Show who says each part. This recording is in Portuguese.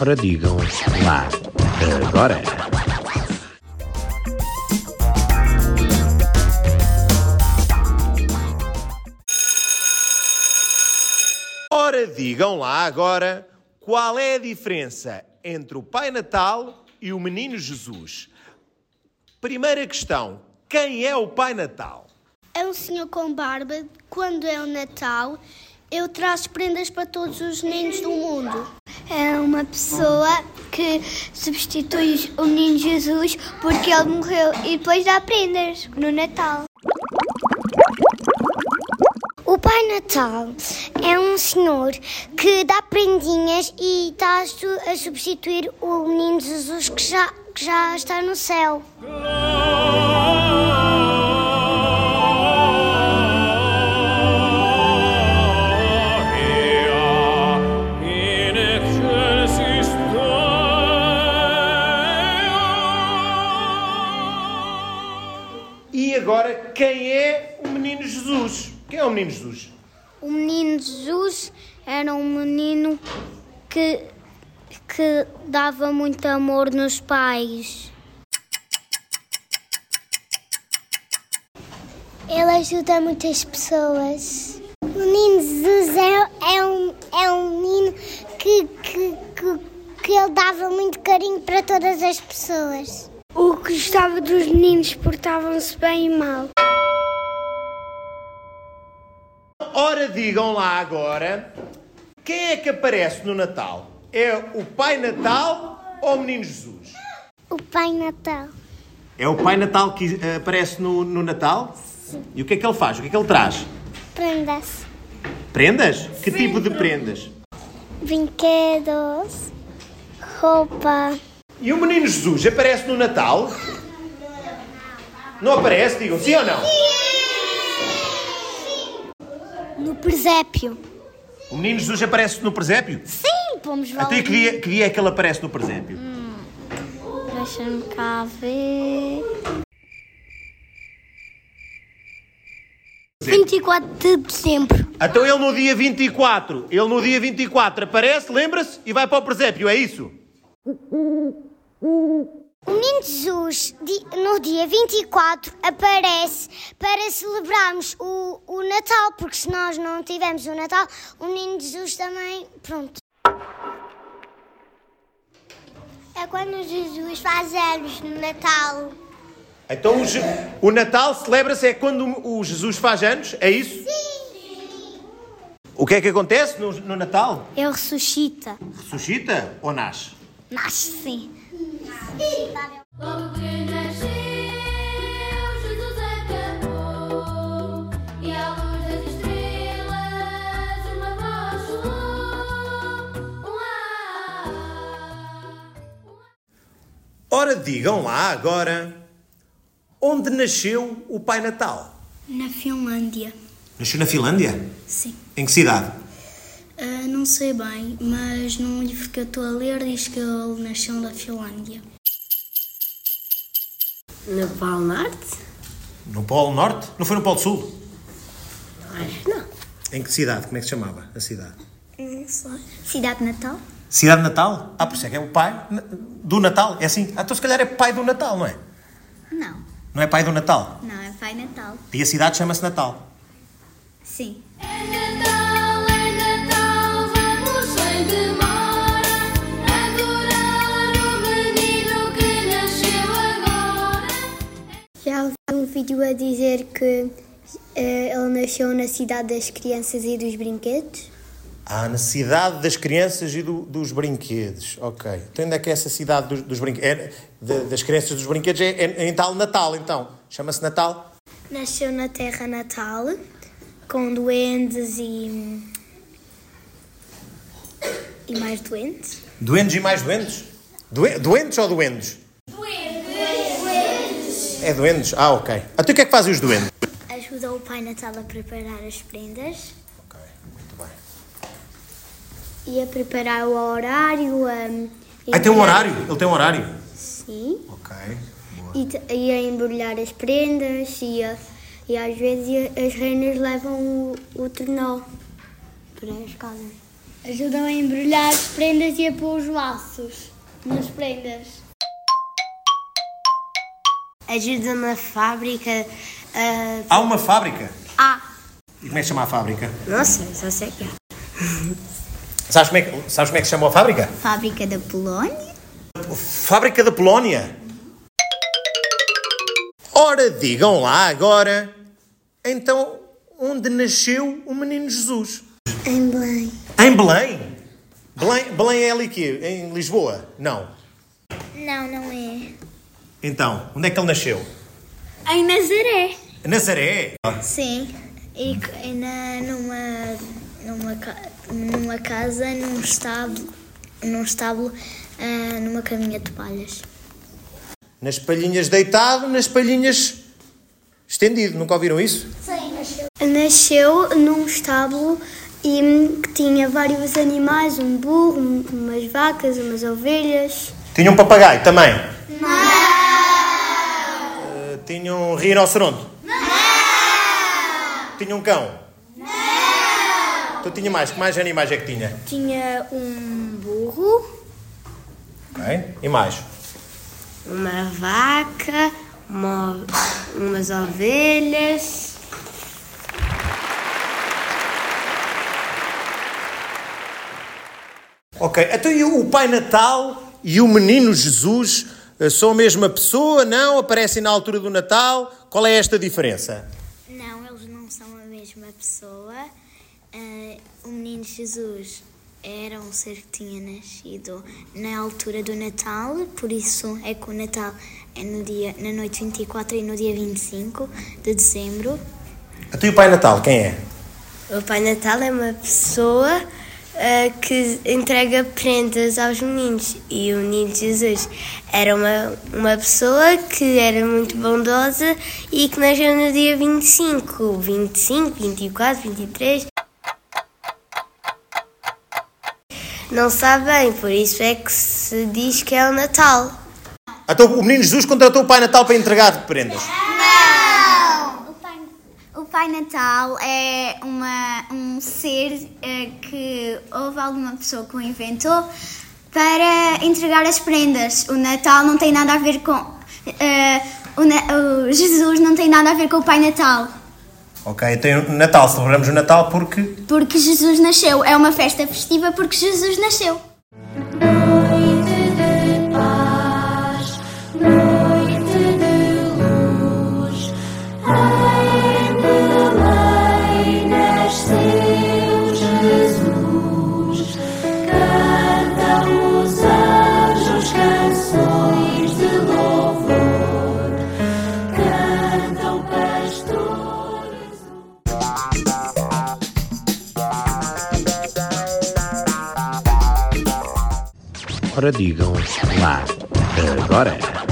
Speaker 1: Ora digam lá agora.
Speaker 2: Ora, digam lá agora qual é a diferença entre o Pai Natal e o Menino Jesus. Primeira questão: quem é o Pai Natal?
Speaker 3: É um senhor com barba, quando é o Natal, eu trago prendas para todos os meninos do mundo. É uma pessoa que substitui o menino Jesus porque ele morreu e depois dá prendas no Natal. O Pai Natal é um senhor que dá prendinhas e está a su- a substituir o menino Jesus que já, que já está no céu.
Speaker 4: in excelsis Deo.
Speaker 2: E agora, quem é o Menino Jesus? Quem é o Menino Jesus?
Speaker 3: O menino Jesus era um menino que, que dava muito amor nos pais. Ele ajuda muitas pessoas. O menino Jesus é, é um, é um menino que, que, que, que ele dava muito carinho para todas as pessoas. O que gostava dos meninos portavam-se bem e mal.
Speaker 2: Ora, digam lá agora quem é que aparece no Natal? É o Pai Natal ou o Menino Jesus?
Speaker 3: O Pai Natal.
Speaker 2: É o Pai Natal que eh, aparece no, no Natal? Sim. E o que é que ele faz? O que é que ele traz?
Speaker 3: Prenda-se.
Speaker 2: Prendas? Que tipo de prendas?
Speaker 3: brinquedos, roupa.
Speaker 2: E o Menino Jesus aparece no Natal? Não aparece? Digam sim ou não?
Speaker 3: No presépio.
Speaker 2: O Menino Jesus aparece no presépio?
Speaker 3: Sim, pomos
Speaker 2: Até que dia, que dia é que ele aparece no presépio?
Speaker 3: Deixa-me cá ver. 24 de dezembro.
Speaker 2: Então ele no dia 24, ele no dia 24 aparece, lembra-se, e vai para o presépio, é isso?
Speaker 3: O menino Jesus, di- no dia 24, aparece para celebrarmos o, o Natal, porque se nós não tivermos o Natal, o menino Jesus também. Pronto. É quando Jesus faz anos no Natal.
Speaker 2: Então o, Je- o Natal celebra-se é quando o Jesus faz anos, é isso? Sim! O que é que acontece no, no Natal?
Speaker 3: Ele ressuscita.
Speaker 2: Ressuscita ou nasce?
Speaker 3: Nasce sim.
Speaker 5: Logo que nasceu, Jesus acabou, e à luz das estrelas uma voz chorou. Um ar.
Speaker 2: Ora, digam lá agora, onde nasceu o Pai Natal?
Speaker 3: Na Finlândia.
Speaker 2: Nasceu na Finlândia?
Speaker 3: Sim.
Speaker 2: Em que cidade?
Speaker 3: Ah, não sei bem, mas num livro que eu estou a ler diz que ele nasceu na Finlândia.
Speaker 6: No Polo Norte?
Speaker 2: No Polo Norte? Não foi no Polo Sul?
Speaker 6: Acho que não.
Speaker 2: Em que cidade? Como é que se chamava a cidade?
Speaker 3: Cidade Natal?
Speaker 2: Cidade de Natal? Ah, por isso é que é o pai na- do Natal. É assim? Ah, então se calhar é pai do Natal, não é?
Speaker 3: Não,
Speaker 2: Não é pai do Natal.
Speaker 3: não, é Pai Natal.
Speaker 2: E a cidade chama-se Natal.
Speaker 3: Sim.
Speaker 5: É Natal, é Natal, vamos sem demora adorar o menino que nasceu agora.
Speaker 3: Já ouvi um vídeo a dizer que ah, ele nasceu na Cidade das Crianças e dos Brinquedos?
Speaker 2: Ah, na cidade das crianças e do- dos brinquedos. Ok. Então onde é que é essa cidade dos, dos brinquedos? É, da- das crianças e dos brinquedos é, é em tal Natal, então. Chama-se Natal?
Speaker 3: Nasceu na Terra Natal, com duendes e. e mais doentes.
Speaker 2: Doentes e mais doentes? Doe- doentes ou doendos? Doentes. É doentes? Ah, ok. Até o que é que fazem os doentes?
Speaker 3: Ajudou o Pai Natal a preparar as prendas.
Speaker 2: Ok, muito bem.
Speaker 3: E a preparar o horário. A...
Speaker 2: Ah, tem um horário? Ele tem um horário?
Speaker 3: Sim.
Speaker 2: Ok.
Speaker 3: E, te- e a embrulhar as prendas e, a- e às vezes a- as reinas levam o, o trenó para as casas. Ajudam a embrulhar as prendas e a pôr os laços nas prendas.
Speaker 6: Ajuda na fábrica a.
Speaker 2: Há uma fábrica.
Speaker 6: Ah!
Speaker 2: E como é que chama a fábrica?
Speaker 6: Não sei, só sei que é. há.
Speaker 2: Sabes como é que, sabes como é que se chama a fábrica?
Speaker 6: Fábrica da Polónia?
Speaker 2: Fábrica da Polónia. Ora, digam lá agora. Então, onde nasceu o menino Jesus?
Speaker 3: Em Belém.
Speaker 2: Em Belém? Belém, Belém é ali quê? Em Lisboa? Não.
Speaker 3: Não, não é.
Speaker 2: Então, onde é que ele nasceu?
Speaker 3: Em Nazaré.
Speaker 2: Nazaré?
Speaker 3: Sim. E, c- e na, numa, numa, ca- numa casa, num estábulo, num estábulo ah, numa caminha de palhas.
Speaker 2: Nas palhinhas deitado, nas palhinhas estendido. Nunca ouviram isso?
Speaker 3: Nasceu num estábulo e que tinha vários animais, um burro, umas vacas, umas ovelhas.
Speaker 2: Tinha um papagaio também? Não. tinha um rinoceronte? Não. Tinha um cão? Não. Então tinha mais. Que mais animais é que tinha?
Speaker 3: Tinha um burro,
Speaker 2: Ok. E mais?
Speaker 6: Uma vaca, uma, umas ovelhas.
Speaker 2: Ok. Então e o Pai Natal e o Menino Jesus eh, são a mesma pessoa? Não? Aparecem na altura do Natal? Qual é esta diferença?
Speaker 3: Não, eles não são a mesma pessoa. Ah, o menino Jesus era um ser que tinha nascido na altura do Natal, por isso é que o Natal é no dia, na noite 24 e no dia 25 de dezembro.
Speaker 2: Então e o Pai Natal quem é?
Speaker 6: O Pai Natal é uma pessoa ah, que entrega prendas aos meninos. E o menino Jesus era uma, uma pessoa que era muito bondosa e que nasceu no dia 25, 25, 24, 23. Não sabe bem, por isso é que se diz que é o Natal.
Speaker 2: Então o Menino Jesus contratou o Pai Natal para entregar prendas?
Speaker 7: O Pai, o Pai Natal é uma, um ser eh, que houve alguma pessoa que o inventou para entregar as prendas. O Natal não tem nada a ver com. eh, o, Na- o Jesus não tem nada a ver com o Pai Natal.
Speaker 2: Ok, então o Natal, celebramos o Natal porque
Speaker 7: Porque Jesus nasceu. É uma festa festiva porque Jesus nasceu.
Speaker 5: Noite de paz, noite de luz, em Belém nasceu Jesus. Cantam os anjos canções de louvor, cantam pastores.
Speaker 1: Ora, digam lá agora.